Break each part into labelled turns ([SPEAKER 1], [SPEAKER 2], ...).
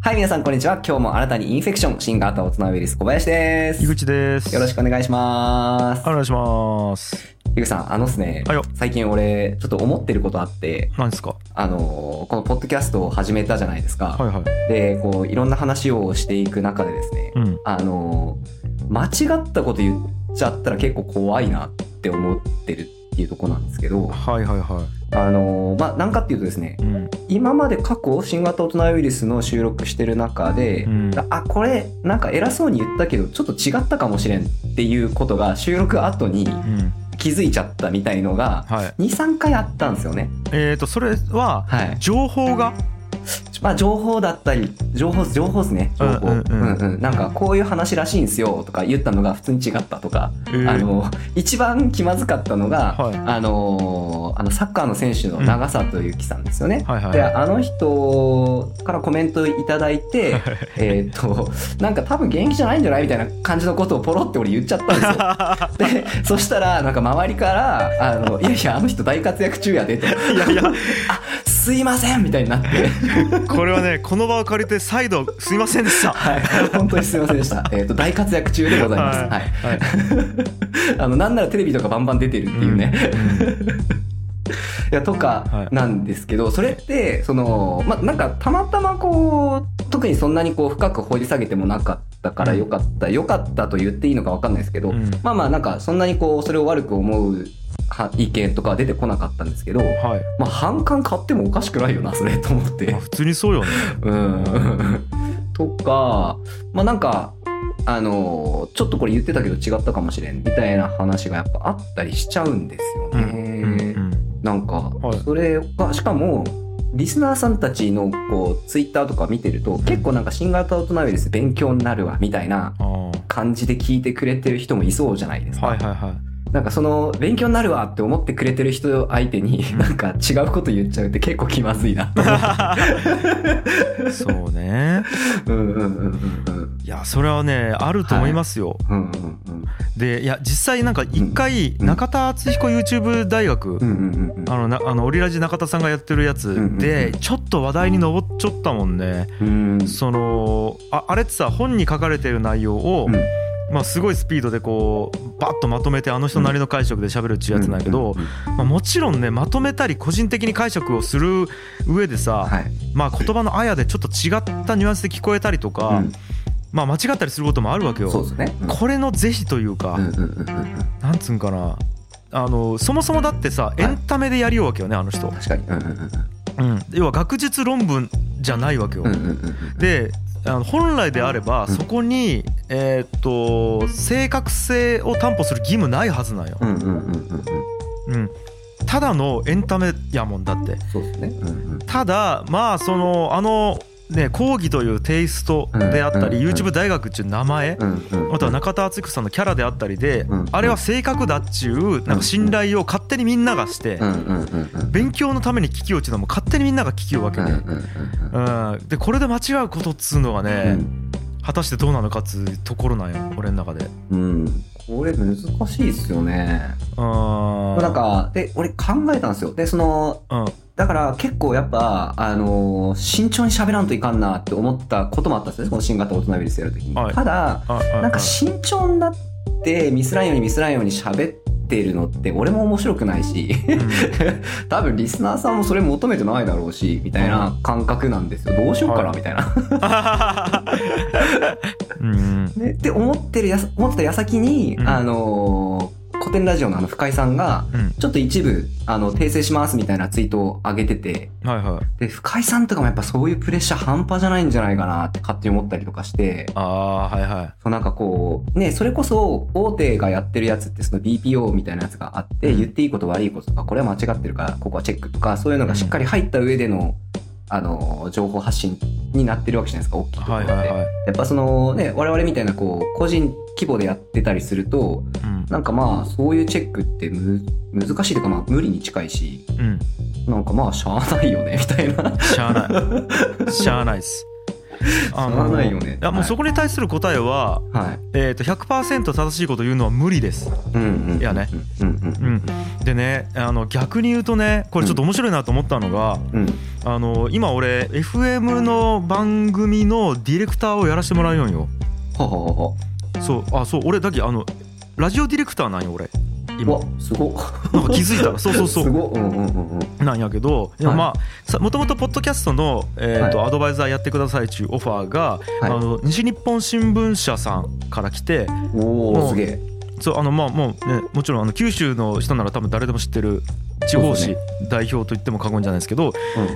[SPEAKER 1] はい、皆さん、こんにちは。今日も新たにインフェクション、新型大人ウイルス、小林です。
[SPEAKER 2] 井
[SPEAKER 1] よ
[SPEAKER 2] 口です。
[SPEAKER 1] ろしくお願いします。
[SPEAKER 2] お願いします。
[SPEAKER 1] ゆぐさん、あのっすね
[SPEAKER 2] はいよ、
[SPEAKER 1] 最近俺、ちょっと思ってることあって、
[SPEAKER 2] 何ですか。
[SPEAKER 1] あのー、このポッドキャストを始めたじゃないですか。
[SPEAKER 2] はいはい。
[SPEAKER 1] で、こう、いろんな話をしていく中でですね、
[SPEAKER 2] うん。
[SPEAKER 1] あのー、間違ったこと言っちゃったら結構怖いなって思ってるっていうところなんですけど、
[SPEAKER 2] はいはいは
[SPEAKER 1] あのー、まあ、なんかっていうとですね
[SPEAKER 2] い。、うん。
[SPEAKER 1] 今まで過去新型大人ウイルスの収録してる中で、
[SPEAKER 2] うん。
[SPEAKER 1] あこれなんか偉そうに言ったけどちょっと違ったかもしれんっていうことが収録後に
[SPEAKER 2] うん。
[SPEAKER 1] 気づいちゃったみたいのが
[SPEAKER 2] はい。
[SPEAKER 1] 23回あったんですよね。
[SPEAKER 2] えっ、ー、と、それは
[SPEAKER 1] はい
[SPEAKER 2] 情報が。
[SPEAKER 1] まあ、情報だったり情報情報ですね情報、
[SPEAKER 2] うんうんうん
[SPEAKER 1] うんなんかこういう話らしいんすよとか言ったのが普通に違ったとか、
[SPEAKER 2] えー
[SPEAKER 1] あの一番気まずかったのが、
[SPEAKER 2] はい
[SPEAKER 1] あのあのサッカーの選手の長里由樹さんですよね。
[SPEAKER 2] はいはい
[SPEAKER 1] であの人からコメントいただいて えーっとなんか多分現役じゃないんじゃないみたいな感じのことをポロって俺言っちゃったん ですよ。でそしたらなんか周りから「あのいやいやあの人大活躍中やで」と
[SPEAKER 2] いや いや、
[SPEAKER 1] 「すいません」みたいになって、
[SPEAKER 2] これはね、この場を借りて再度すいませんでした。
[SPEAKER 1] はい、本当にすいませんでした。えーっと大活躍中でございます。はい
[SPEAKER 2] はい。
[SPEAKER 1] あのなんならテレビとかバンバン出てるっていうね。いやと
[SPEAKER 2] は
[SPEAKER 1] か
[SPEAKER 2] い
[SPEAKER 1] なんですけど、それってそのまなんかたまたまこう特にそんなにこう深く掘り下げてもなかったから
[SPEAKER 2] うん
[SPEAKER 1] よかった、よかったと言っていいのかわかんないですけど、
[SPEAKER 2] うん。うん
[SPEAKER 1] まあまあなんかそんなにこうそれを悪く思うは意見とかは出てこなかったんですけど、
[SPEAKER 2] はい。
[SPEAKER 1] まあ、反感買ってもおかしくないよなそれと思って
[SPEAKER 2] まあ、。普通にそうよね。
[SPEAKER 1] うん、とかまあなんかあのちょっとこれ言ってたけど違ったかもしれんみたいな話がやっぱあったりしちゃうんですよ
[SPEAKER 2] う
[SPEAKER 1] ね。
[SPEAKER 2] ん。うんうん。
[SPEAKER 1] なんか、
[SPEAKER 2] はい
[SPEAKER 1] それが、しかも、リスナーさんたちのこうツイッターとか見てると、結構なんか新型大人ウイルス勉強になるわみたいな
[SPEAKER 2] ああ。
[SPEAKER 1] 感じで聞いてくれてる人もいそうじゃないですか。
[SPEAKER 2] はいはいは
[SPEAKER 1] なんかその勉強になるわって思ってくれてる人相手に、
[SPEAKER 2] うん
[SPEAKER 1] なんか違うこと言っちゃうって結構気まずいなと思って。
[SPEAKER 2] い。そうね。
[SPEAKER 1] うんうんうんうんうん
[SPEAKER 2] いや、それはね、あると思いますよ。
[SPEAKER 1] うんうんうん
[SPEAKER 2] で、いや、実際なんか一回、
[SPEAKER 1] うん
[SPEAKER 2] 中田敦彦 YouTube 大学。
[SPEAKER 1] うんうんうんうん
[SPEAKER 2] あのなあのオリラジ中田さんがやってるやつ
[SPEAKER 1] うんうんう
[SPEAKER 2] で
[SPEAKER 1] ん
[SPEAKER 2] ちょっと話題に上っちゃったもんね
[SPEAKER 1] うん
[SPEAKER 2] そのああれってさ本に書かれてる内容を、
[SPEAKER 1] うん
[SPEAKER 2] まあ、すごいスピードでこうバッとまとめてあの人なりの解釈で喋るっちゅうやつなんやけど
[SPEAKER 1] う、んうんうん
[SPEAKER 2] まあ、もちろんねまとめたり個人的に解釈をする上でさ、
[SPEAKER 1] はい
[SPEAKER 2] まあ、言葉のあやでちょっと違ったニュアンスで聞こえたりとか、
[SPEAKER 1] うん
[SPEAKER 2] まあ、間違ったりすることもあるわけ
[SPEAKER 1] そう
[SPEAKER 2] よ。
[SPEAKER 1] ですね
[SPEAKER 2] これの是非というか、
[SPEAKER 1] うんうんうんうんうん
[SPEAKER 2] なんつうんかなあのそもそもだってさエンタメでやりようわけよねあの人。
[SPEAKER 1] 確かにうんうんうん
[SPEAKER 2] うん、要は学術論文じゃないわけよ。
[SPEAKER 1] うんうんうんうん
[SPEAKER 2] であの本来であれば
[SPEAKER 1] うん
[SPEAKER 2] そこに、えーっと正確性を担保する義務ないはずなんよ
[SPEAKER 1] う、んうんうんうんうん
[SPEAKER 2] うん、ただのエンタメやもんだって
[SPEAKER 1] そうですね。うんうん
[SPEAKER 2] ただまあそのあのね講義というテイストであったり、
[SPEAKER 1] うんうんうん
[SPEAKER 2] YouTube 大学っていう名前、
[SPEAKER 1] うんうん。
[SPEAKER 2] あとは中田敦彦さんのキャラであったりで、
[SPEAKER 1] うん
[SPEAKER 2] あれは正確だっちゅうなんか信頼を勝手にみんながして、
[SPEAKER 1] うんうんうんうんうん
[SPEAKER 2] 勉強のために聞きようっていうのも勝手にみんなが聞きようわけ
[SPEAKER 1] うん
[SPEAKER 2] で、
[SPEAKER 1] うんうん
[SPEAKER 2] うん、でこれで間違うことっつうのが
[SPEAKER 1] う
[SPEAKER 2] ね、
[SPEAKER 1] ん
[SPEAKER 2] 果たしてどうなのかっつうところなんよ俺の中で。
[SPEAKER 1] うん。うんこれ難しいっすよね。
[SPEAKER 2] あ
[SPEAKER 1] なんか、で、俺考えたんですよ。で、その、
[SPEAKER 2] うんはい
[SPEAKER 1] だから結構やっぱ、あのー慎重に喋らんといかんなって思ったこともあったんですね。この新型大人ウイルスやるときに。
[SPEAKER 2] はい
[SPEAKER 1] ただ、
[SPEAKER 2] はい
[SPEAKER 1] なんか慎重になって、ミスらんようにミスらんように喋ってるのって、俺も面白くないし。
[SPEAKER 2] うん
[SPEAKER 1] 多分リスナーさんもそれ求めてないだろうしみたいな感覚なんですよどうしようかな
[SPEAKER 2] はい
[SPEAKER 1] みたいな。
[SPEAKER 2] うん
[SPEAKER 1] ね、って思ってるやさ思ってた矢先に、
[SPEAKER 2] うん
[SPEAKER 1] あのー古典ラジオのあの深井さんが
[SPEAKER 2] うん
[SPEAKER 1] ちょっと一部あの訂正しますみたいなツイートを上げてて
[SPEAKER 2] はいはい
[SPEAKER 1] で深井さんとかもやっぱそういうプレッシャー半端じゃないんじゃないかなって勝手に思ったりとかして。
[SPEAKER 2] ああはいはい
[SPEAKER 1] そうなんかこう、ね、それこそ大手がやってるやつってその BPO みたいなやつがあって、言っていいこと悪いこととか、これは間違ってるから、ここはチェックとか、そういうのがしっかり入った上での、あの、情報発信になってるわけじゃないですか、大きいところ
[SPEAKER 2] は
[SPEAKER 1] っ
[SPEAKER 2] い
[SPEAKER 1] て。
[SPEAKER 2] はいはい
[SPEAKER 1] やっぱそのね、我々みたいなこう、個人規模でやってたりすると、
[SPEAKER 2] うん
[SPEAKER 1] なんかまあ、そういうチェックってむ難しいというかまあ、無理に近いし、
[SPEAKER 2] うん
[SPEAKER 1] なんかまあ、しゃあないよね、みたいな。
[SPEAKER 2] しゃあないしゃあないっすあ
[SPEAKER 1] しゃあないよね
[SPEAKER 2] やもうそこに対する答えは
[SPEAKER 1] はい。
[SPEAKER 2] えーと100%正しいこと言うのは無理です
[SPEAKER 1] うんうんうんうん。
[SPEAKER 2] いやね
[SPEAKER 1] うんうんうん
[SPEAKER 2] でねあの逆に言うとねこれちょっと面白いなと思ったのが、
[SPEAKER 1] うんうん
[SPEAKER 2] あの今俺 FM の番組のディレクターをやらせてもらうよんよ
[SPEAKER 1] ほうほうほうほ
[SPEAKER 2] そうあそう俺だけあのラジオディレクターなんよ俺
[SPEAKER 1] うう
[SPEAKER 2] 今
[SPEAKER 1] わすごっ
[SPEAKER 2] なんか気づいたそうそう そ
[SPEAKER 1] す
[SPEAKER 2] う
[SPEAKER 1] ごっうんうんうんうん
[SPEAKER 2] なんやけど、いや
[SPEAKER 1] はい
[SPEAKER 2] まあさもともとポッドキャストの、えーと
[SPEAKER 1] は
[SPEAKER 2] アドバイザーやってくださいっていうオファーが、
[SPEAKER 1] はい
[SPEAKER 2] あの西日本新聞社さんから来て
[SPEAKER 1] お
[SPEAKER 2] も
[SPEAKER 1] お
[SPEAKER 2] う
[SPEAKER 1] すげえ
[SPEAKER 2] そうあのまあもうねもちろんあの九州の人なら多分誰でも知ってる地方
[SPEAKER 1] そう
[SPEAKER 2] 紙
[SPEAKER 1] で
[SPEAKER 2] 代表と言っても過言じゃないですけど、
[SPEAKER 1] うん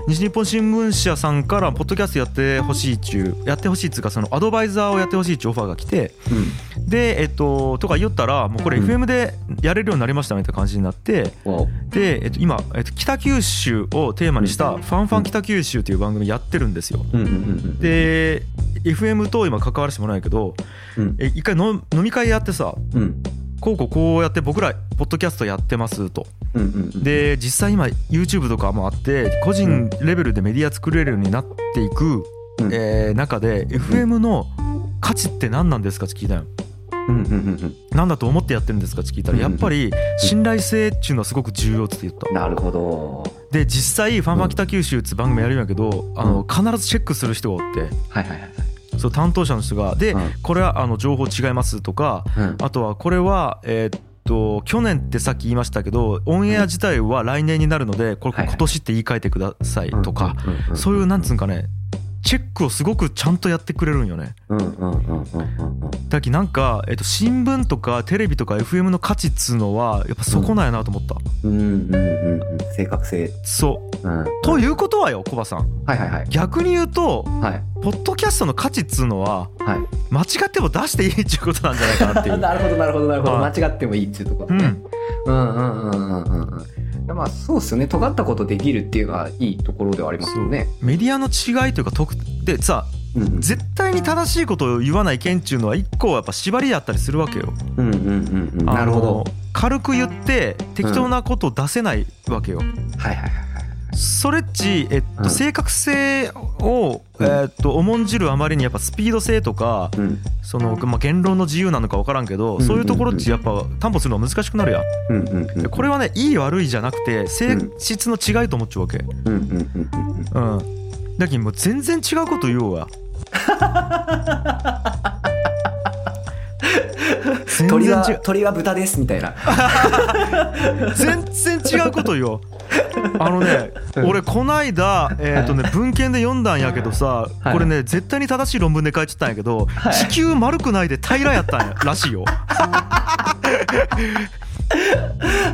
[SPEAKER 2] 西日本新聞社さんからポッドキャストやってほしいっちゅうやってほしいっつうかそのアドバイザーをやってほしいっちゅうオファーが来てでえっととか言ったらもうこれ
[SPEAKER 1] うん
[SPEAKER 2] FM でやれるようになりましたみたいな感じになって
[SPEAKER 1] うんわお
[SPEAKER 2] でえっと今えっと北九州をテーマにした
[SPEAKER 1] う
[SPEAKER 2] 「ファンファン北九州」っていう番組やってるんですよ。
[SPEAKER 1] うんうんうんうん
[SPEAKER 2] で FM と今関わらせてもらうんやけど
[SPEAKER 1] うん
[SPEAKER 2] え一回の飲み会やってさ
[SPEAKER 1] うん
[SPEAKER 2] こうこうこうやって僕らポッドキャストやってますと
[SPEAKER 1] うんうんうん
[SPEAKER 2] で実際今 YouTube とかもあって個人レベルでメディア作れるようになっていく、
[SPEAKER 1] うん
[SPEAKER 2] えー中で FM の価値って何なんですかって聞いたよ
[SPEAKER 1] うんうんうん
[SPEAKER 2] 何だと思ってやってるんですかって聞いたら
[SPEAKER 1] うん
[SPEAKER 2] やっぱり信頼性っていうのはすごく重要って言った
[SPEAKER 1] うんなるほど
[SPEAKER 2] で実際「ファンファン北九州」って番組やるんやけどあの必ずチェックする人がおって
[SPEAKER 1] はいはいはい
[SPEAKER 2] そう担当者の人がで
[SPEAKER 1] うん
[SPEAKER 2] これはあの情報違いますとか
[SPEAKER 1] はいうん
[SPEAKER 2] あとはこれはえーっと去年ってさっき言いましたけどオンエア自体は来年になるのでこれ
[SPEAKER 1] はいはい
[SPEAKER 2] 今年って言い換えてくださいとか
[SPEAKER 1] うんうんうん
[SPEAKER 2] そういうなんつうんかねチェックをすごくちゃんとやってくれるんよね
[SPEAKER 1] うんうんうんうんうんうん
[SPEAKER 2] だきなんか、えっと、新聞とかテレビとか FM の価値っつうのはやっぱそこなんやなと思った、
[SPEAKER 1] うんうんうんうん正確性
[SPEAKER 2] そう
[SPEAKER 1] うん
[SPEAKER 2] ということはよコバさん
[SPEAKER 1] はいはいはい
[SPEAKER 2] 逆に言うと
[SPEAKER 1] はい
[SPEAKER 2] ポッドキャストの価値っつうのは
[SPEAKER 1] はい
[SPEAKER 2] 間違っても出していいっていうことなんじゃないかなってい う
[SPEAKER 1] なるほどなるほどなるほど
[SPEAKER 2] は
[SPEAKER 1] 間
[SPEAKER 2] い
[SPEAKER 1] 違ってもいいっていうとこ
[SPEAKER 2] う
[SPEAKER 1] ろね
[SPEAKER 2] ん
[SPEAKER 1] うんうんうんうんうんうんいやまあそうっすよね尖ったことできるっていうのはいいところではありますよね
[SPEAKER 2] メディアの違いというか特でさ
[SPEAKER 1] うんうん
[SPEAKER 2] 絶対に正しいことを言わない意見っていうのは一個はやっぱ縛りだったりするわけよ
[SPEAKER 1] うんうんうんうんなるほど
[SPEAKER 2] あの軽く言って適当なことを出せないわけよ、
[SPEAKER 1] はいはいはいはい
[SPEAKER 2] それっち、えっ
[SPEAKER 1] うん
[SPEAKER 2] と、正確性を、
[SPEAKER 1] うん
[SPEAKER 2] えっと、重んじるあまりにやっぱスピード性とか
[SPEAKER 1] うん
[SPEAKER 2] その、まあ、言論の自由なのか分からんけど
[SPEAKER 1] ん
[SPEAKER 2] そういうところっちやっぱ担保するのは難しくなるやん
[SPEAKER 1] うんうんうん
[SPEAKER 2] でこれはねいい悪いじゃなくて性
[SPEAKER 1] うん
[SPEAKER 2] 質の違いと思っちゃうわけう
[SPEAKER 1] うんうんうんうんうん
[SPEAKER 2] んだけどもう全然違うこと言お うわ全然
[SPEAKER 1] 鳥は
[SPEAKER 2] 違う
[SPEAKER 1] 鳥は豚ですみたい な
[SPEAKER 2] 全然違うことよ あのね
[SPEAKER 1] うん
[SPEAKER 2] 俺こないだえっとね文献で読んだんやけどさ
[SPEAKER 1] はい
[SPEAKER 2] これね絶対に正しい論文で書いてたんやけど
[SPEAKER 1] はい
[SPEAKER 2] 地球丸くないで平らやったん やらしいよ
[SPEAKER 1] あ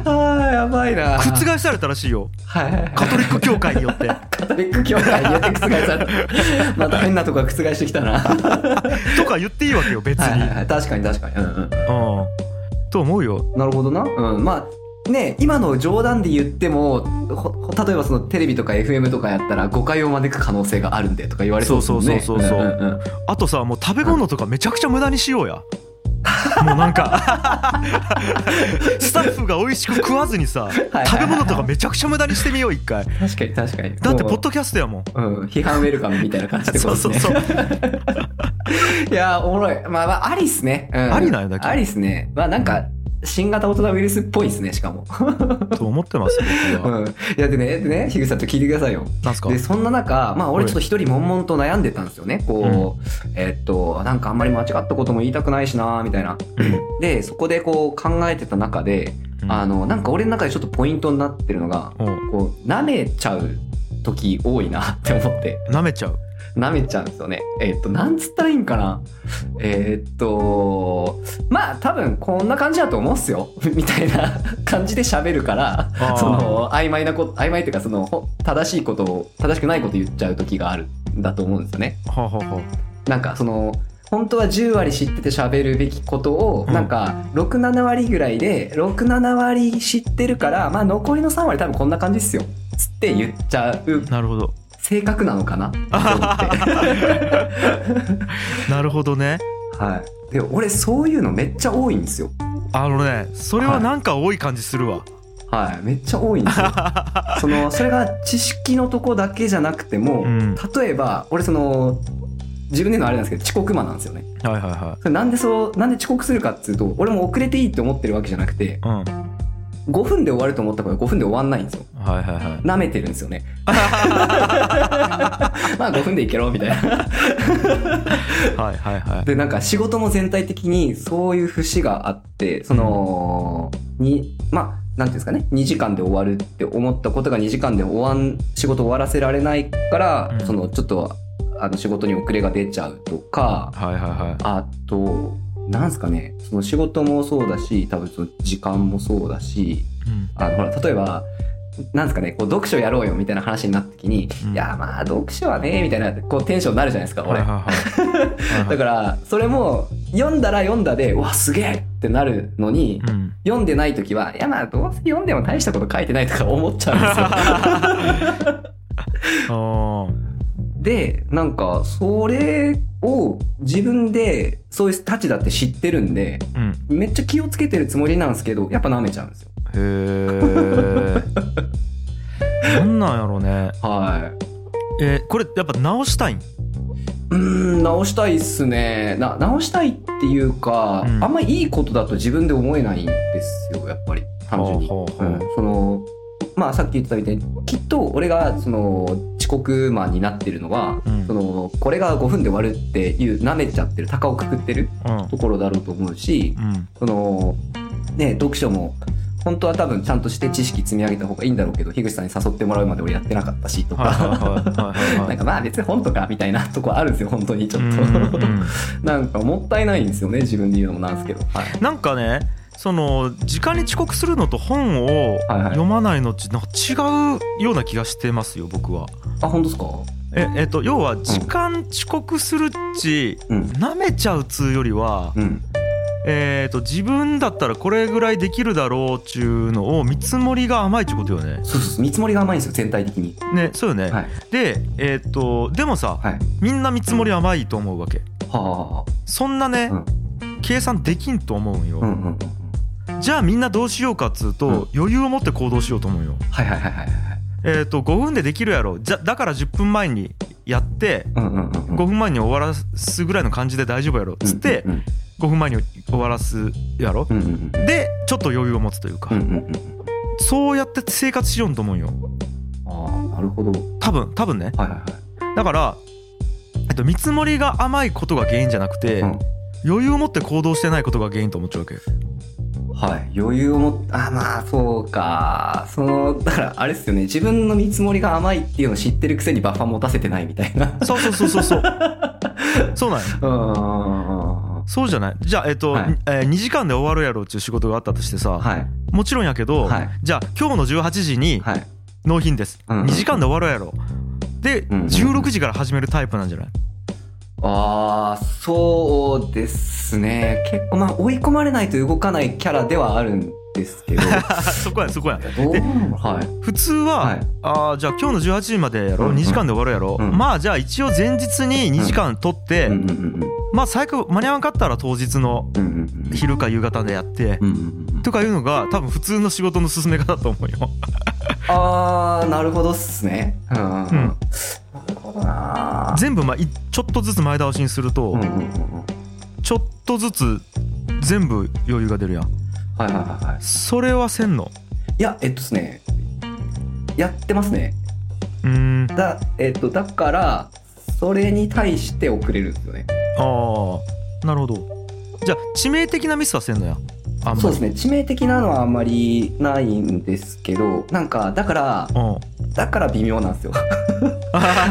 [SPEAKER 1] ーやばいな
[SPEAKER 2] 覆されたらしいよ
[SPEAKER 1] はい
[SPEAKER 2] カトリック教会によって
[SPEAKER 1] カトリック教会によって覆された また変なとこが覆してきた なは
[SPEAKER 2] とか言っていいわけよ
[SPEAKER 1] い
[SPEAKER 2] 別
[SPEAKER 1] はい
[SPEAKER 2] に。
[SPEAKER 1] はい確かに確かにうんうん
[SPEAKER 2] うんと思うよ。
[SPEAKER 1] なるほどな。うん。まあ、ね、今の冗談で言っても、ほほ例えばそのテレビとか FM とかやったら誤解を招く可能性があるんでとか言われそうですもんね。
[SPEAKER 2] そうそうそうそう
[SPEAKER 1] うんんん
[SPEAKER 2] あとさもう食べ物とかめちゃくちゃ無駄にしよ うや。もうなんかスタッフが美味しく食わずにさ
[SPEAKER 1] はい
[SPEAKER 2] 食べ物とかめちゃくちゃ無駄にしてみよう一回
[SPEAKER 1] 確かに確かに。
[SPEAKER 2] だって
[SPEAKER 1] もう
[SPEAKER 2] ポッドキャストやもん
[SPEAKER 1] うん、批判ウェルカムみたいな感じで
[SPEAKER 2] そうそうそう
[SPEAKER 1] う。 いやー、おもろい。まあ、まあ、ありっすね。うん
[SPEAKER 2] ありなんやだけど
[SPEAKER 1] ありっすね。まあ、なんか、新型オトナウイルスっぽいっすね、しかも。
[SPEAKER 2] と思ってます僕
[SPEAKER 1] う
[SPEAKER 2] は。
[SPEAKER 1] ん。いや、でね、でね、樋口さん、ちょっと聞いてくださいよ。
[SPEAKER 2] なんすか
[SPEAKER 1] でそんな中、まあ、俺ちょっと一人悶々と悩んでたんですよねこう、えーっとなんかあんまり間違ったことも言いたくないしなみたいなでそこでこう考えてた中で、
[SPEAKER 2] うん
[SPEAKER 1] あのなんか俺の中でちょっとポイントになってるのが
[SPEAKER 2] うん
[SPEAKER 1] こう舐めちゃう時多いなって思って
[SPEAKER 2] 舐めちゃう。
[SPEAKER 1] 舐めちゃうんですよねえーっとなんつったらいいんかなえーっとまあ多分こんな感じだと思うっすよ みたいな感じで喋るから
[SPEAKER 2] あー
[SPEAKER 1] その曖昧なこと曖昧っていうかそのほ正しいことを正しくないこと言っちゃう時があるんだと思うんですよね。
[SPEAKER 2] はあはあは
[SPEAKER 1] なんかその本当は10割知ってて喋るべきことを、
[SPEAKER 2] うん
[SPEAKER 1] なんか67割ぐらいで67割知ってるからまあ残りの3割多分こんな感じっすよつって言っちゃう
[SPEAKER 2] あなるほど。
[SPEAKER 1] 性格なのかなって 思って。
[SPEAKER 2] なるほどね。
[SPEAKER 1] はい、で俺そういうのめっちゃ多いんですよ。
[SPEAKER 2] あのねそれはなんか多い感じするわ。
[SPEAKER 1] はい、めっちゃ多いんですよ。そのそれが知識のとこだけじゃなくても、
[SPEAKER 2] うん
[SPEAKER 1] 例えば俺その自分で言うのはあれなんですけど遅刻魔なんですよね。
[SPEAKER 2] はいはいは
[SPEAKER 1] それなんでそうなんで遅刻するかっていうと俺も遅れていいって思ってるわけじゃなくて
[SPEAKER 2] い。
[SPEAKER 1] 5分で終わると思ったから5分で終わんないんですよ。
[SPEAKER 2] はいはいはい
[SPEAKER 1] 舐めてるんですよね。 まあ5分でいけろみたいな。
[SPEAKER 2] はいはいはい
[SPEAKER 1] で、なんか仕事も全体的にそういう節があって、その、に、まあ、なんていうんですかね、2時間で終わるって思ったことが2時間で終わん、仕事終わらせられないから、
[SPEAKER 2] うん
[SPEAKER 1] その、ちょっと、あの、仕事に遅れが出ちゃうとか、
[SPEAKER 2] はいはいはい
[SPEAKER 1] あと、なんですかね、その仕事もそうだし、多分その時間もそうだし、
[SPEAKER 2] うん
[SPEAKER 1] あのほら例えばなんですかねこう読書やろうよみたいな話になった時に、
[SPEAKER 2] うん
[SPEAKER 1] いやまあ読書はねみたいなこうテンションになるじゃないですか
[SPEAKER 2] はい
[SPEAKER 1] 俺、
[SPEAKER 2] はいはいはい
[SPEAKER 1] だからそれも読んだら読んだでうわすげえってなるのに、
[SPEAKER 2] うん
[SPEAKER 1] 読んでない時はいやまあどうせ読んでも大したこと書いてないとか思っちゃうん ですよ
[SPEAKER 2] あ
[SPEAKER 1] でなんかそれを自分でそういうたちだって知ってるんで
[SPEAKER 2] ーうん
[SPEAKER 1] めっちゃ気をつけてるつもりなんですけどやっぱ舐めちゃうんですよ
[SPEAKER 2] へえなんなんやろうね
[SPEAKER 1] はい
[SPEAKER 2] えーこれやっぱ直したいん
[SPEAKER 1] うーん直したいっすねな直したいっていうか、
[SPEAKER 2] うん
[SPEAKER 1] あんまいいことだと自分で思えないんですよやっぱり単純に、
[SPEAKER 2] ほうほうほう
[SPEAKER 1] うんそのまあさっき言ってたみたいにきっと俺がその遅刻マンになってるのは、
[SPEAKER 2] うん
[SPEAKER 1] そのこれが5分で終わるっていう舐めちゃってる鷹をくくってる
[SPEAKER 2] うん
[SPEAKER 1] ところだろうと思うし
[SPEAKER 2] うん
[SPEAKER 1] そのね読書も本当は多分ちゃんとして知識積み上げた方がいいんだろうけど樋口さんに誘ってもらうまで俺やってなかったしとか、
[SPEAKER 2] はいはいはいはいは い
[SPEAKER 1] なんかまあ別に本とかみたいなとこあるんですよ本当にちょっ
[SPEAKER 2] うんう
[SPEAKER 1] と
[SPEAKER 2] ん
[SPEAKER 1] なんかもったいないんですよね自分で言うのもなんですけど、はい、
[SPEAKER 2] なんかねその時間に遅刻するのと本を
[SPEAKER 1] はいはい
[SPEAKER 2] 読まないのってなんか違うような気がしてますよ僕は。
[SPEAKER 1] あ本当ですか
[SPEAKER 2] ええっと要は時間遅刻するっち
[SPEAKER 1] うん
[SPEAKER 2] 舐めちゃうつうよりは、
[SPEAKER 1] うん
[SPEAKER 2] えっと自分だったらこれぐらいできるだろうっちゅうのを見積もりが甘いっちゅうことよね。
[SPEAKER 1] そうそうそう見積もりが甘いんですよ全体的に
[SPEAKER 2] ねそうよね。
[SPEAKER 1] はい
[SPEAKER 2] でえっとでもさ
[SPEAKER 1] はい
[SPEAKER 2] みんな見積もり甘いと思うわけ。
[SPEAKER 1] は
[SPEAKER 2] そんなね、
[SPEAKER 1] うん
[SPEAKER 2] 計算できんと思うんよ、
[SPEAKER 1] あうんうんうん
[SPEAKER 2] じゃあみんなどうしようかっつうと、
[SPEAKER 1] うん
[SPEAKER 2] 余裕を持って行動しようと思うよ
[SPEAKER 1] はいはいはいはいはい
[SPEAKER 2] えっ、と5分でできるやろじゃだから10分前にやって
[SPEAKER 1] うんうんうんうん
[SPEAKER 2] 5分前に終わらすぐらいの感じで大丈夫やろっつって
[SPEAKER 1] うん
[SPEAKER 2] 5分前に終わらすやろ
[SPEAKER 1] うんうん
[SPEAKER 2] でちょっと余裕を持つというか、
[SPEAKER 1] うんうんうんうんうん
[SPEAKER 2] そうやって生活しようと思うんよ
[SPEAKER 1] ああなるほどは
[SPEAKER 2] 多分多分ね
[SPEAKER 1] いはいは
[SPEAKER 2] だから、えっと、見積もりが甘いことが原因じゃなくて、
[SPEAKER 1] い、うん
[SPEAKER 2] 余裕を持って行動してないことが原因と思っちゃうわけ
[SPEAKER 1] はい、余裕を持ってあまあそうかそのだからあれっすよね自分の見積もりが甘いっていうのを知ってるくせにバッファ持たせてないみたいな
[SPEAKER 2] そうそうそうそ うそうそうなんよ
[SPEAKER 1] うんうんうんうん
[SPEAKER 2] そうじゃないじゃあ、えっと
[SPEAKER 1] はい
[SPEAKER 2] えー2時間で終わるやろうっていう仕事があったとしてさ、
[SPEAKER 1] はい
[SPEAKER 2] もちろんやけど、
[SPEAKER 1] はい
[SPEAKER 2] じゃあ今日の18時に
[SPEAKER 1] はい
[SPEAKER 2] 納品です、
[SPEAKER 1] うんうん
[SPEAKER 2] 2時間で終わるやろで、
[SPEAKER 1] んうん
[SPEAKER 2] 16時から始めるタイプなん じゃない
[SPEAKER 1] ああそうですね結構まあ追い込まれないと動かないキャラではあるんです けど
[SPEAKER 2] あそこやそこや
[SPEAKER 1] どうはい
[SPEAKER 2] 普通は、
[SPEAKER 1] はい
[SPEAKER 2] あーじゃあ今日の18時までやろ、
[SPEAKER 1] うんうん
[SPEAKER 2] 2時間で終わるやろ、
[SPEAKER 1] うん
[SPEAKER 2] まあじゃあ一応前日に2時間取って、
[SPEAKER 1] うんうんうん
[SPEAKER 2] まあ最悪間に合わんかったら当日の
[SPEAKER 1] うんうんうん
[SPEAKER 2] 昼か夕方でやって、
[SPEAKER 1] うんうんうん
[SPEAKER 2] とかいうのが多分普通の仕事の進め方だと思うよ
[SPEAKER 1] ああなるほどっすねうんうんうん
[SPEAKER 2] うん
[SPEAKER 1] なるほどな
[SPEAKER 2] 全部まあいちょっとずつ前倒しにすると、
[SPEAKER 1] うんうんうんうん
[SPEAKER 2] ちょっとずつ全部余裕が出るやん
[SPEAKER 1] はいはいはいはい
[SPEAKER 2] それはせんの
[SPEAKER 1] いや、えっとですね、やってますね。
[SPEAKER 2] うーんあ
[SPEAKER 1] だ、えっと、だから、それに対して遅れるんですよね。
[SPEAKER 2] あなるほどじゃあ致命的なミスはせんのやあんまり
[SPEAKER 1] そうですね、致命的なのはあんまりないんですけど、なんか、だから、
[SPEAKER 2] うん
[SPEAKER 1] だから微妙なん ですよ。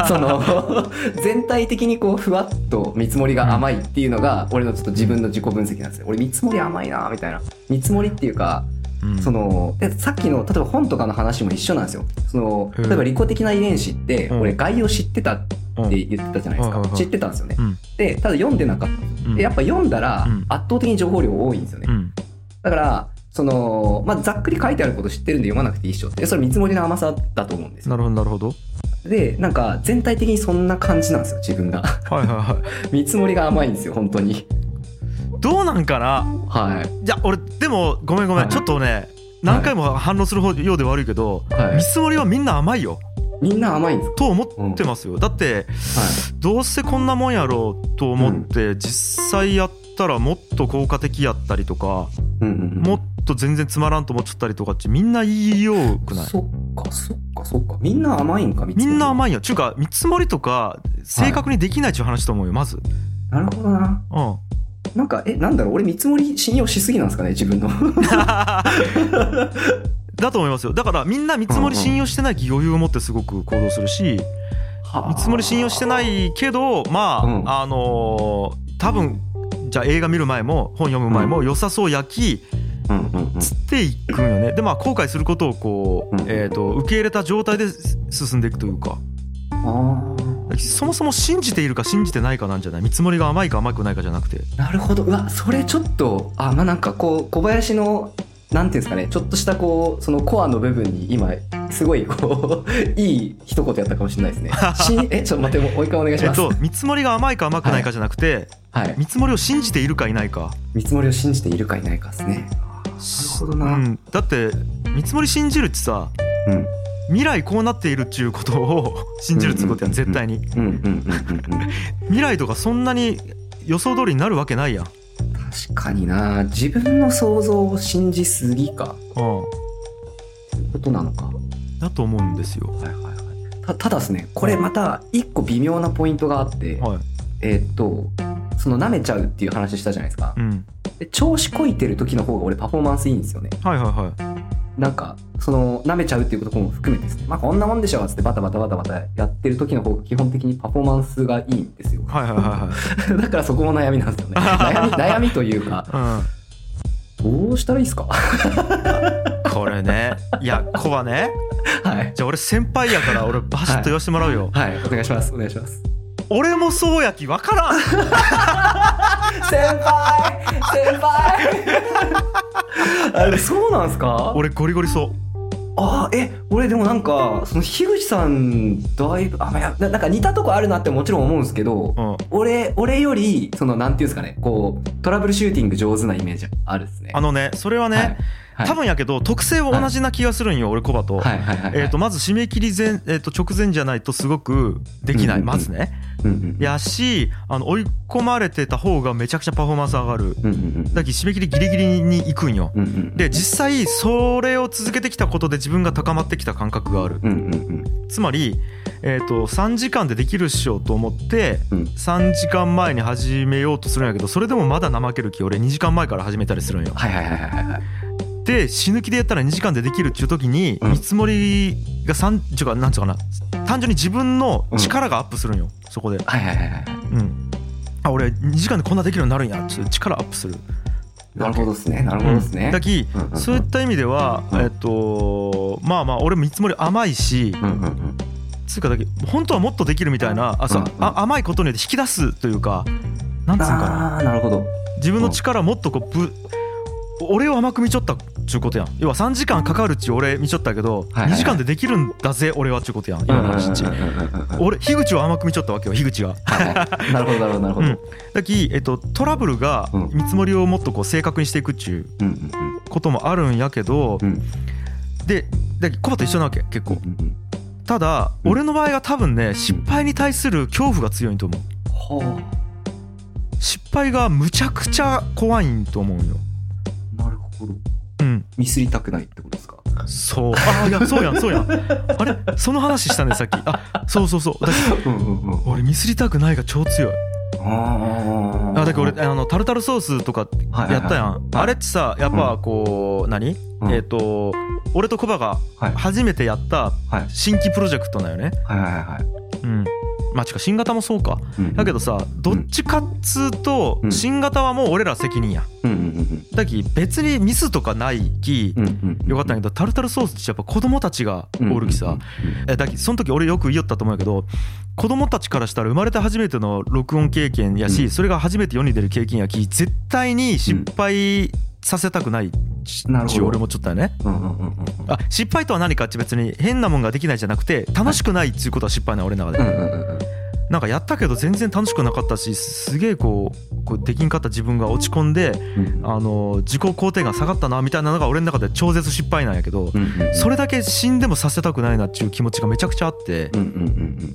[SPEAKER 1] その、全体的にこう、ふわっと見積もりが甘いっていうのが、俺のちょっと自分の自己分析なんですよ。俺見積もり甘いなみたいな。見積もりっていうか、
[SPEAKER 2] うん
[SPEAKER 1] そのでさっきの例えば本とかの話も一緒なんですよ。その
[SPEAKER 2] うん
[SPEAKER 1] 例えば利己的な遺伝子って、
[SPEAKER 2] うん
[SPEAKER 1] 俺概要知ってたって
[SPEAKER 2] うん
[SPEAKER 1] 言ってたじゃないですか、
[SPEAKER 2] うんはいはいはい
[SPEAKER 1] 知ってたんですよね。
[SPEAKER 2] うん
[SPEAKER 1] でただ読んでなかった、
[SPEAKER 2] うん
[SPEAKER 1] でやっぱ読んだら
[SPEAKER 2] うん
[SPEAKER 1] 圧倒的に情報量多いんですよね。
[SPEAKER 2] うん
[SPEAKER 1] だからその、まあ、ざっくり書いてあること知ってるんで読まなくていいっしょってそれ見積もりの甘さだと思うんです
[SPEAKER 2] な
[SPEAKER 1] よ。
[SPEAKER 2] るほどなるほど
[SPEAKER 1] でなんか全体的にそんな感じなんですよ自 分が。
[SPEAKER 2] はいはいはい
[SPEAKER 1] 見積もりが甘いんですよ本当に。
[SPEAKER 2] どうなんかな
[SPEAKER 1] はい。
[SPEAKER 2] いや俺でもごめんごめ
[SPEAKER 1] は
[SPEAKER 2] ん、
[SPEAKER 1] い
[SPEAKER 2] ちょっとね何回も反論する方ようで悪いけど、
[SPEAKER 1] はい
[SPEAKER 2] 見積もりはみんな甘いよ
[SPEAKER 1] みんな甘いんです
[SPEAKER 2] と思ってますよ、だって
[SPEAKER 1] か、
[SPEAKER 2] どうせこんなもんやろうと思って、実際やったらもっと効果的やったりとか、
[SPEAKER 1] はいうんうんうん
[SPEAKER 2] もっと全然つまらんと思っちゃったりとかってみんな言いようくない
[SPEAKER 1] そっかそっかそっかみんな甘いんか
[SPEAKER 2] みんな
[SPEAKER 1] 甘い
[SPEAKER 2] 甘いよちゅうか見積もりとか正確にできないっちゅう話と思うよまず、
[SPEAKER 1] なるほどな
[SPEAKER 2] うん
[SPEAKER 1] なんかえなんだろう俺見積もり信用しすぎなんですかね自分 の
[SPEAKER 2] だと思いますよだからみんな見積もり信用してない余裕を持ってすごく行動するし見積もり信用して
[SPEAKER 1] い
[SPEAKER 2] ないけどまあ、
[SPEAKER 1] うん
[SPEAKER 2] あのー多分じゃあ映画見る前も本読む前も良さそう焼き
[SPEAKER 1] うんうんうん
[SPEAKER 2] つっていくんよねでまあ後悔することをこう、
[SPEAKER 1] うん
[SPEAKER 2] えー、と受け入れた状態で進んでいくというか
[SPEAKER 1] あ
[SPEAKER 2] そもそも信じているか信じてないかなんじゃない見積もりが甘いか甘くないかじゃなくて
[SPEAKER 1] ーなるほどうわそれちょっとあまあなんかこう小林のなんていうんですかねちょっとしたこうそのコアの部分に今すごいこう いい一言やったかもしれないです ねしえちょっと待ってもうもう一回お願いし
[SPEAKER 2] えっ
[SPEAKER 1] ます、
[SPEAKER 2] と見積もりが甘いか甘くないかじゃなくて、
[SPEAKER 1] はい
[SPEAKER 2] 見積もりを信じているかいないか
[SPEAKER 1] 見積もりを信じているかいないかですねなるほどな
[SPEAKER 2] うん、だって見積もり信じるってさ
[SPEAKER 1] うん
[SPEAKER 2] 未来こうなっているっていうことを 信じるってことやん絶対に
[SPEAKER 1] うんうんうんうんうん
[SPEAKER 2] 未来とかそんなに予想通りになるわけないやん、うん、
[SPEAKER 1] 確かにな自分の想像を信じすぎかってことなのか
[SPEAKER 2] だと思うんですよ
[SPEAKER 1] はいはいはいたただですねこれまた一個微妙なポイントがあって、
[SPEAKER 2] はい
[SPEAKER 1] えーっとその舐めちゃうっていう話したじゃないですか
[SPEAKER 2] うん
[SPEAKER 1] で調子こいてる時の方が俺パフォーマンスいいんですよね
[SPEAKER 2] はいはいはい
[SPEAKER 1] なんかその舐めちゃうっていうことも含めてですねまあこんなもんでしょっつってバタバタバタバタやってる時の方が基本的にパフォーマンスがいいんですよ
[SPEAKER 2] はいはいは
[SPEAKER 1] だからそこも悩みなんですよね悩 み悩みというか
[SPEAKER 2] いはい、
[SPEAKER 1] どうしたらいいですか
[SPEAKER 2] うん、これねいやコバね
[SPEAKER 1] はい
[SPEAKER 2] じゃあ俺先輩やから俺バシッと言わせてもらうよ、
[SPEAKER 1] はいお願いしますお願いします
[SPEAKER 2] 俺もそうやきわからん
[SPEAKER 1] 先輩 先輩あれそうなんすか
[SPEAKER 2] 俺ゴリゴリそう
[SPEAKER 1] あーえ俺でもなんかその樋口さんだいぶあまあやななんか似たとこあるなってもちろん思うんですけど
[SPEAKER 2] うん
[SPEAKER 1] 俺俺よりそのなんていうんですかねこうトラブルシューティング上手なイメージあるですね
[SPEAKER 2] あのねそれはね、
[SPEAKER 1] はいはい
[SPEAKER 2] 多分やけど特性は同じな気がするんよ、俺コバと、
[SPEAKER 1] はいはいはいはい
[SPEAKER 2] えー、とまず締め切り前、えー、と直前じゃないとすごくできな
[SPEAKER 1] うんうんう
[SPEAKER 2] い、
[SPEAKER 1] ん
[SPEAKER 2] まずね
[SPEAKER 1] うんうん
[SPEAKER 2] やしあの追い込まれてた方がめちゃくちゃパフォーマンス上がる
[SPEAKER 1] うんうん
[SPEAKER 2] だき締め切りギリギリに行くんよ
[SPEAKER 1] うんうん
[SPEAKER 2] で実際それを続けてきたことで自分が高まってきた感覚がある
[SPEAKER 1] うんうんうん
[SPEAKER 2] つまり、えー、と3時間でできるっしょと思って
[SPEAKER 1] うん
[SPEAKER 2] 3時間前に始めようとするんやけどそれでもまだ怠ける気俺2時間前から始めたりするんよ
[SPEAKER 1] はいはいはいはいはい
[SPEAKER 2] で死ぬ気でやったら2時間でできるっていう時に
[SPEAKER 1] うん
[SPEAKER 2] 見積もりが3ちゅうかなんつうかな単純に自分の力がアップするんよそこで
[SPEAKER 1] はいはいはいはい
[SPEAKER 2] うんあ俺2時間でこんなできるようになるんやちょっと力アップする
[SPEAKER 1] なるほどですねなるほどです
[SPEAKER 2] う
[SPEAKER 1] ね
[SPEAKER 2] んだき
[SPEAKER 1] うんうんうん
[SPEAKER 2] そういった意味では
[SPEAKER 1] うん
[SPEAKER 2] えっとまあまあ俺見積もり甘いし
[SPEAKER 1] うんうんうん
[SPEAKER 2] つうかだけ本当はもっとできるみたいなあそう
[SPEAKER 1] うんうん
[SPEAKER 2] あ甘いことによって引き出すというかなんつうかな
[SPEAKER 1] ああーなるほど
[SPEAKER 2] 自分の力もっとこうぶ俺を甘く見ちょったっちゅうことやん要は3時間かかるっちゅう俺見ちょったけど
[SPEAKER 1] はいはい
[SPEAKER 2] 2時間でできるんだぜ俺はっちゅうことやん今の話っち
[SPEAKER 1] うんうんうんうんうんうん
[SPEAKER 2] 俺樋口を甘く見ちょったわけよ樋口が
[SPEAKER 1] はいなるほどなるほどなるほ
[SPEAKER 2] う
[SPEAKER 1] ど
[SPEAKER 2] んだき、えっと、トラブルが
[SPEAKER 1] うん
[SPEAKER 2] 見積もりをもっとこう正確にしていくっちゅ
[SPEAKER 1] うんうんうん
[SPEAKER 2] うこともあるんやけど
[SPEAKER 1] うん
[SPEAKER 2] でだきコバと一緒なわけ結構
[SPEAKER 1] うんうん
[SPEAKER 2] ただ
[SPEAKER 1] うん
[SPEAKER 2] 俺の場合は多分ね失敗に対する恐怖が強いと思う
[SPEAKER 1] は
[SPEAKER 2] 失敗がむちゃくちゃ怖いんと思うよ
[SPEAKER 1] あなるほど
[SPEAKER 2] うん
[SPEAKER 1] ミスりたくないってことですか
[SPEAKER 2] そうあーいやそうやんそうやんあれその話したねさっきあそうそうそうだから
[SPEAKER 1] うんうんうん
[SPEAKER 2] 俺ミスりたくないが超強い
[SPEAKER 1] あ
[SPEAKER 2] あだから俺あのタルタルソースとか
[SPEAKER 1] はい
[SPEAKER 2] やったやんあれってさやっぱこう何
[SPEAKER 1] うん
[SPEAKER 2] えっと俺とコバが
[SPEAKER 1] はい
[SPEAKER 2] 初めてやっ
[SPEAKER 1] は
[SPEAKER 2] た
[SPEAKER 1] い
[SPEAKER 2] 新規プロジェクトなんよね
[SPEAKER 1] はいはいはい
[SPEAKER 2] うんまあちか新型もそうか
[SPEAKER 1] うん
[SPEAKER 2] だけどさどっちかっつうと
[SPEAKER 1] うん
[SPEAKER 2] 新型はもう俺ら責任や
[SPEAKER 1] うんうん
[SPEAKER 2] だき別にミスとかないき
[SPEAKER 1] うんうんうん
[SPEAKER 2] よかったんやけどタルタルソースってやっぱ子供たちがおるきさえだきその時俺よく言おったと思うんやけど子供たちからしたら生まれて初めての録音経験やし、
[SPEAKER 1] うん
[SPEAKER 2] それが初めて世に出る経験やき絶対に失敗させたくないし、
[SPEAKER 1] なるほど
[SPEAKER 2] 俺もちょっとやね
[SPEAKER 1] うんうんうんうん
[SPEAKER 2] あ失敗とは何かって別に変なもんができないじゃなくて楽しくないっていうことは失敗な俺の中
[SPEAKER 1] う
[SPEAKER 2] で、
[SPEAKER 1] んうんうんうん
[SPEAKER 2] なんかやったけど全然楽しくなかったしすげえこうこうできんかった自分が落ち込んで、
[SPEAKER 1] うん
[SPEAKER 2] あの自己肯定感下がったなみたいなのが俺の中で超絶失敗なんやけど、
[SPEAKER 1] うんうんうん
[SPEAKER 2] それだけ死んでもさせたくないなっていう気持ちがめちゃくちゃあって。
[SPEAKER 1] うんうんうん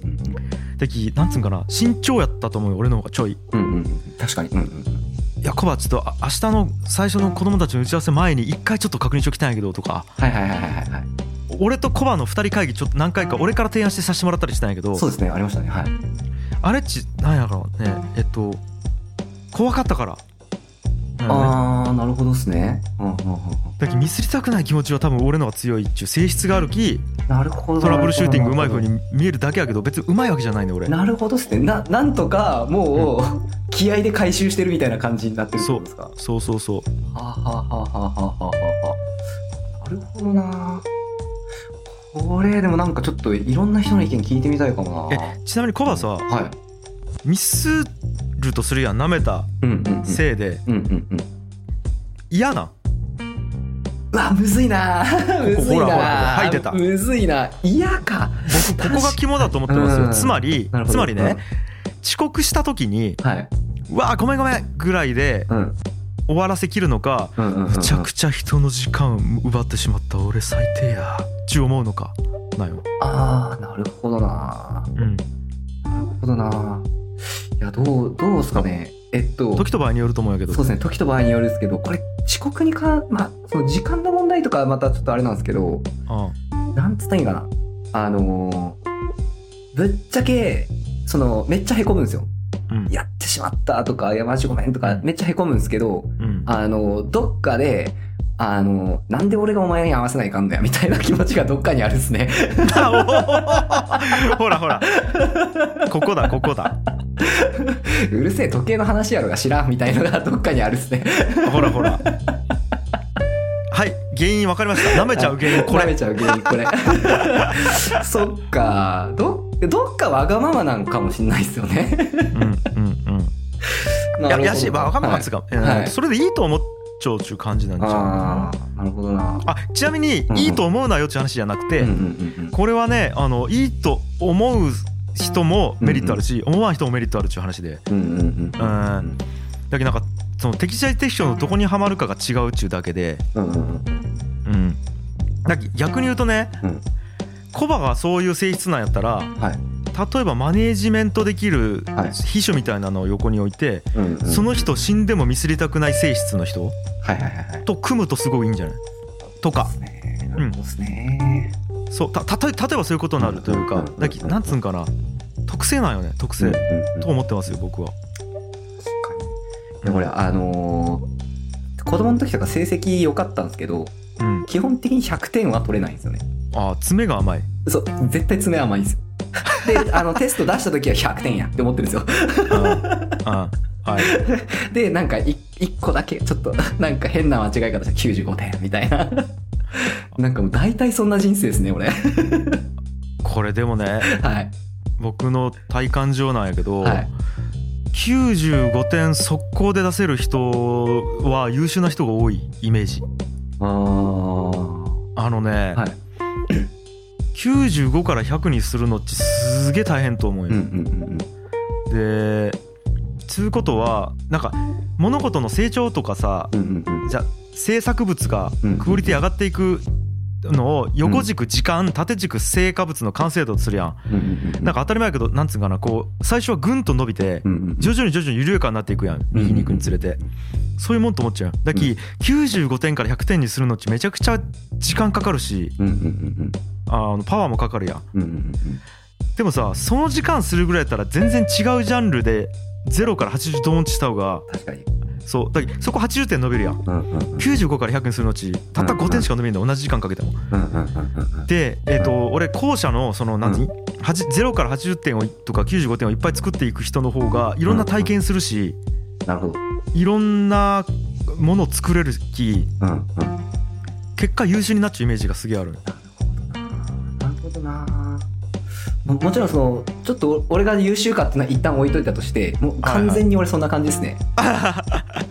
[SPEAKER 1] うん
[SPEAKER 2] 的なんつうんかな慎重やったと思うよ俺の方がちょい
[SPEAKER 1] うんうんうん確かにうんうん
[SPEAKER 2] いやコバちょっとあ明日の最初の子供たちの打ち合わせ前に一回ちょっと確認しておきたいんやけどとか
[SPEAKER 1] はいはいはいはいはいはい
[SPEAKER 2] 俺とコバの2人会議ちょっと何回か俺から提案してさせてもらったりしたんやけど
[SPEAKER 1] そうですねありましたねはい
[SPEAKER 2] あれっちなんやろうねえっと怖かったからなんやろね
[SPEAKER 1] ああなるほどですねうんうんうんうん
[SPEAKER 2] だけどミスりたくない気持ちは多分俺のが強いっちゅう性質があるき
[SPEAKER 1] なるほど
[SPEAKER 2] トラブルシューティングうまい風
[SPEAKER 1] に
[SPEAKER 2] に見えるだけやけど別にうまいわけじゃないね俺
[SPEAKER 1] なるほどですねななんとかもう、気合で回収してるみたいな感じになってるってことですかは
[SPEAKER 2] そうそうそう
[SPEAKER 1] あはあはあはあはあはあはあなるほどなこれでもなんかちょっといろんな人の意見聞いてみたいかもな
[SPEAKER 2] えちなみにコバさ
[SPEAKER 1] はい
[SPEAKER 2] ミスるとするやん舐めた
[SPEAKER 1] うんうんうん
[SPEAKER 2] せいで
[SPEAKER 1] うんうんうん
[SPEAKER 2] 嫌な
[SPEAKER 1] うわむずいなむずい
[SPEAKER 2] ほらほらほら
[SPEAKER 1] な
[SPEAKER 2] 入ってた
[SPEAKER 1] むずいな嫌か
[SPEAKER 2] 僕ここが肝だと思ってます
[SPEAKER 1] う
[SPEAKER 2] よ
[SPEAKER 1] ん
[SPEAKER 2] つまり
[SPEAKER 1] なるほど
[SPEAKER 2] つまりね遅刻した時に
[SPEAKER 1] うんはい
[SPEAKER 2] 「うわあごめんごめん」ぐらいで
[SPEAKER 1] うん
[SPEAKER 2] 終わらせきるのか
[SPEAKER 1] うんうんうんうん
[SPEAKER 2] むちゃくちゃ人の時間奪ってしまった俺最低やちゅう思うのかなよ、
[SPEAKER 1] ああなるほどな
[SPEAKER 2] うん、
[SPEAKER 1] なるほどないやどうどうですかねえっと
[SPEAKER 2] 時と場合によると思うんやけど
[SPEAKER 1] そうですね時と場合によるんですけどこれ遅刻にかまあその時間の問題とかはまたちょっとあれなんですけど
[SPEAKER 2] あ
[SPEAKER 1] なんつったらいいんかなあのーぶっちゃけそのめっちゃへこむんですよ
[SPEAKER 2] あうん
[SPEAKER 1] やってしまったとかいやマジごめんとか
[SPEAKER 2] うん
[SPEAKER 1] めっちゃへこむんですけど
[SPEAKER 2] うん
[SPEAKER 1] あのどっかであのなんで俺がお前に合わせないかんだよみたいな 気持ちがどっかにあるんですね
[SPEAKER 2] ほらほらここだここだ
[SPEAKER 1] うるせえ時計の話やろが知らんみたいなのがどっかにあるんですね
[SPEAKER 2] ほらほらはい原因分かりました舐めちゃう原因こ
[SPEAKER 1] こら
[SPEAKER 2] れ
[SPEAKER 1] れちゃう原因これ そっかどどっかわがままなんかもしんないですよ ね
[SPEAKER 2] うんうんうん
[SPEAKER 1] ないるほ
[SPEAKER 2] や
[SPEAKER 1] ど
[SPEAKER 2] やしまあわかんないっつうか、うん
[SPEAKER 1] はい
[SPEAKER 2] それでいいと思っちゃうっちゅう感じなんじ
[SPEAKER 1] はい
[SPEAKER 2] ゃん
[SPEAKER 1] ああなるほどな
[SPEAKER 2] あちなみに
[SPEAKER 1] うん
[SPEAKER 2] いいと思うなよっちゅう話じゃなくて、
[SPEAKER 1] うんうんうん
[SPEAKER 2] これはねあのいいと思う人もメリットあるし、思わん人もメリットあるっちゅう話で
[SPEAKER 1] うんうんうん
[SPEAKER 2] うんだけどなんかその適材適所のどこにはまるかが違うっちゅうだけで、
[SPEAKER 1] うんうんうん
[SPEAKER 2] うん、だけど逆に言うとね、
[SPEAKER 1] うん
[SPEAKER 2] コバがそういう性質なんやったら
[SPEAKER 1] はい
[SPEAKER 2] 例えばマネージメントできる
[SPEAKER 1] はい
[SPEAKER 2] 秘書みたいなのを横に置いて、
[SPEAKER 1] うんうん
[SPEAKER 2] その人死んでもミスりたくない性質の人
[SPEAKER 1] はいはいはいはい
[SPEAKER 2] と組むとすごいいいんじゃないとか
[SPEAKER 1] そうですね
[SPEAKER 2] うん
[SPEAKER 1] そうですね
[SPEAKER 2] そうたたとえ例えばそういうことになるという
[SPEAKER 1] うん
[SPEAKER 2] か
[SPEAKER 1] うんうんうん
[SPEAKER 2] だけどなんつうんかな特性なんよね特性、
[SPEAKER 1] うんうんうん
[SPEAKER 2] と思ってますよ僕は。
[SPEAKER 1] 確かにでこれあのー子供の時とか成績良かったんですけど
[SPEAKER 2] うん、
[SPEAKER 1] 基本的に100点は取れないんですよね
[SPEAKER 2] ああ爪が甘い。
[SPEAKER 1] そう絶対爪甘いんですよであのテスト出した時は100点やって思ってるんですよ
[SPEAKER 2] ああはい、
[SPEAKER 1] でなんか 1, 個だけちょっとなんか変な間違い方した95点みたいななんかもう大体そんな人生ですね俺は
[SPEAKER 2] これでもね
[SPEAKER 1] い
[SPEAKER 2] 僕の体感上なんやけど、
[SPEAKER 1] はい
[SPEAKER 2] 95点速攻で出せる人は優秀な人が多いイメージ。
[SPEAKER 1] あー
[SPEAKER 2] あのね、
[SPEAKER 1] はい
[SPEAKER 2] 95から100にするのってすげえ大変と思う
[SPEAKER 1] うんう
[SPEAKER 2] よ。
[SPEAKER 1] んうん
[SPEAKER 2] でつうことはなんか物事の成長とかさ
[SPEAKER 1] うんうんうん
[SPEAKER 2] じゃあ制作物が
[SPEAKER 1] うん
[SPEAKER 2] クオリティ上がっていくのを横軸時間縦軸成果物の完成度とするやん
[SPEAKER 1] うんうんうん
[SPEAKER 2] なんか当たり前やけどなんつうんかなこう最初はぐんと伸びて
[SPEAKER 1] うんうん
[SPEAKER 2] 徐々に徐々に緩やかになっていくやん右に行くにつれてそういうもんと思っちゃうだき95点から100点にするのってめちゃくちゃ時間かかるし
[SPEAKER 1] うんうんうん
[SPEAKER 2] あのパワーもかかるやん
[SPEAKER 1] うんうんうん
[SPEAKER 2] でもさその時間するぐらいやったら全然違うジャンルで0から80ドーンチした方が
[SPEAKER 1] 確かに
[SPEAKER 2] そうだけどそこ80点伸びるやん
[SPEAKER 1] うんうんうん
[SPEAKER 2] 95から100にするのうちたった5点しか伸びるんだ同じ時間かけても
[SPEAKER 1] うんうんうんうん
[SPEAKER 2] でえっ、と俺後者のその
[SPEAKER 1] う
[SPEAKER 2] 何、はじ0から80点をとか95点をいっぱい作っていく人の方がいろんな体験するし
[SPEAKER 1] なるほど
[SPEAKER 2] いろんなものを作れるき
[SPEAKER 1] うんうん
[SPEAKER 2] 結果優秀になっちゃうイメージがすげえある
[SPEAKER 1] なるほどなももちろんそのちょっと俺が優秀かっていうのは一旦置いといたとしてもう完全に俺そんな感じです ね、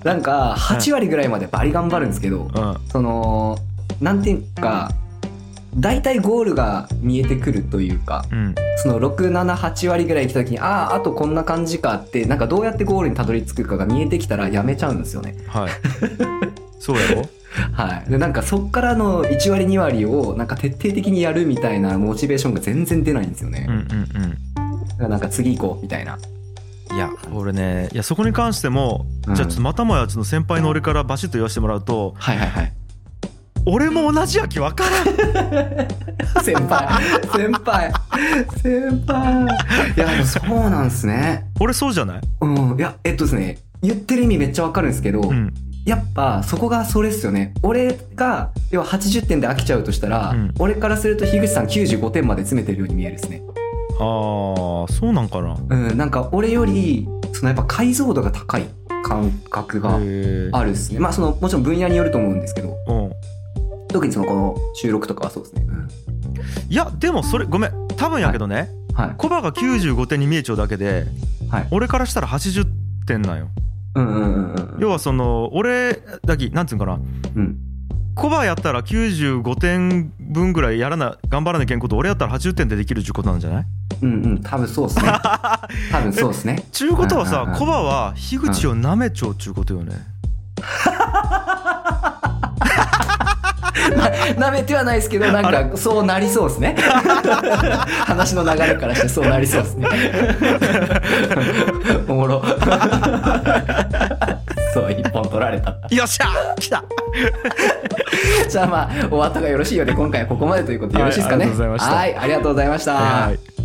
[SPEAKER 1] なんか8割ぐらいまでバリ頑張るんですけど、
[SPEAKER 2] うん
[SPEAKER 1] そのなんていうか大体ゴールが見えてくるというか
[SPEAKER 2] うん
[SPEAKER 1] その678割ぐらい来た時にあああとこんな感じかってなんかどうやってゴールにたどり着くかが見えてきたらやめちゃうんですよね
[SPEAKER 2] はい そうやろ
[SPEAKER 1] はい、でなんかそっからの1割2割をなんか徹底的にやるみたいなモチベーションが全然出ないんですよね
[SPEAKER 2] うんう、んうん
[SPEAKER 1] だからなんか次行こうみたいな
[SPEAKER 2] いや俺ねいやそこに関しても、
[SPEAKER 1] うん
[SPEAKER 2] じゃあちょっとまたもやちょっと先輩の俺からバシッと言わせてもらうと
[SPEAKER 1] はいはいはい。
[SPEAKER 2] 俺も同じやき分からん
[SPEAKER 1] 先 輩。先輩。先輩。いや、でもそうなんですね。
[SPEAKER 2] 俺そうじゃない、
[SPEAKER 1] うん。いや、えっとですね。言ってる意味めっちゃわかるんですけど、
[SPEAKER 2] うん、
[SPEAKER 1] やっぱそこがそれっすよね。俺が、要は80点で飽きちゃうとしたら、
[SPEAKER 2] うん
[SPEAKER 1] 俺からすると樋口さん95点まで詰めてるように見えるですね。
[SPEAKER 2] あーそうなんかな
[SPEAKER 1] うん、なんか俺より、そのやっぱ解像度が高い感覚が
[SPEAKER 2] へー
[SPEAKER 1] あるっすね。まあその、もちろん分野によると思うんですけど、
[SPEAKER 2] うん
[SPEAKER 1] 特にそのこの収録とかはそうですね。うん
[SPEAKER 2] いやでもそれごめん多分やけどね、
[SPEAKER 1] はい。
[SPEAKER 2] コバが95点に見えちゃうだけで、
[SPEAKER 1] はい
[SPEAKER 2] 俺からしたら80点なんよ
[SPEAKER 1] うんうんうんうん
[SPEAKER 2] 要はその俺だきなんつうんかな
[SPEAKER 1] うん。
[SPEAKER 2] コバやったら95点分ぐらいやらな頑張らなきゃいけんこと俺やったら80点でできるってことなんじゃない
[SPEAKER 1] うんうん、多分そうっすね。 多分そうっすね。
[SPEAKER 2] ちゅうことは
[SPEAKER 1] うんうんう
[SPEAKER 2] さ
[SPEAKER 1] ん
[SPEAKER 2] コバは樋口をなめちゃうちゅうことよね
[SPEAKER 1] なめてはないですけど、なんかそうなりそうです ね。話の流れからしてそうなりそうです ね。おもろ。 そう、一本取られた。
[SPEAKER 2] よっしゃ来た
[SPEAKER 1] じゃあまあ、終わったがよろしいようで、今回はここまでということでよろしいですかね。
[SPEAKER 2] はいありがとうございました
[SPEAKER 1] はい、ありがとうございました。
[SPEAKER 2] はい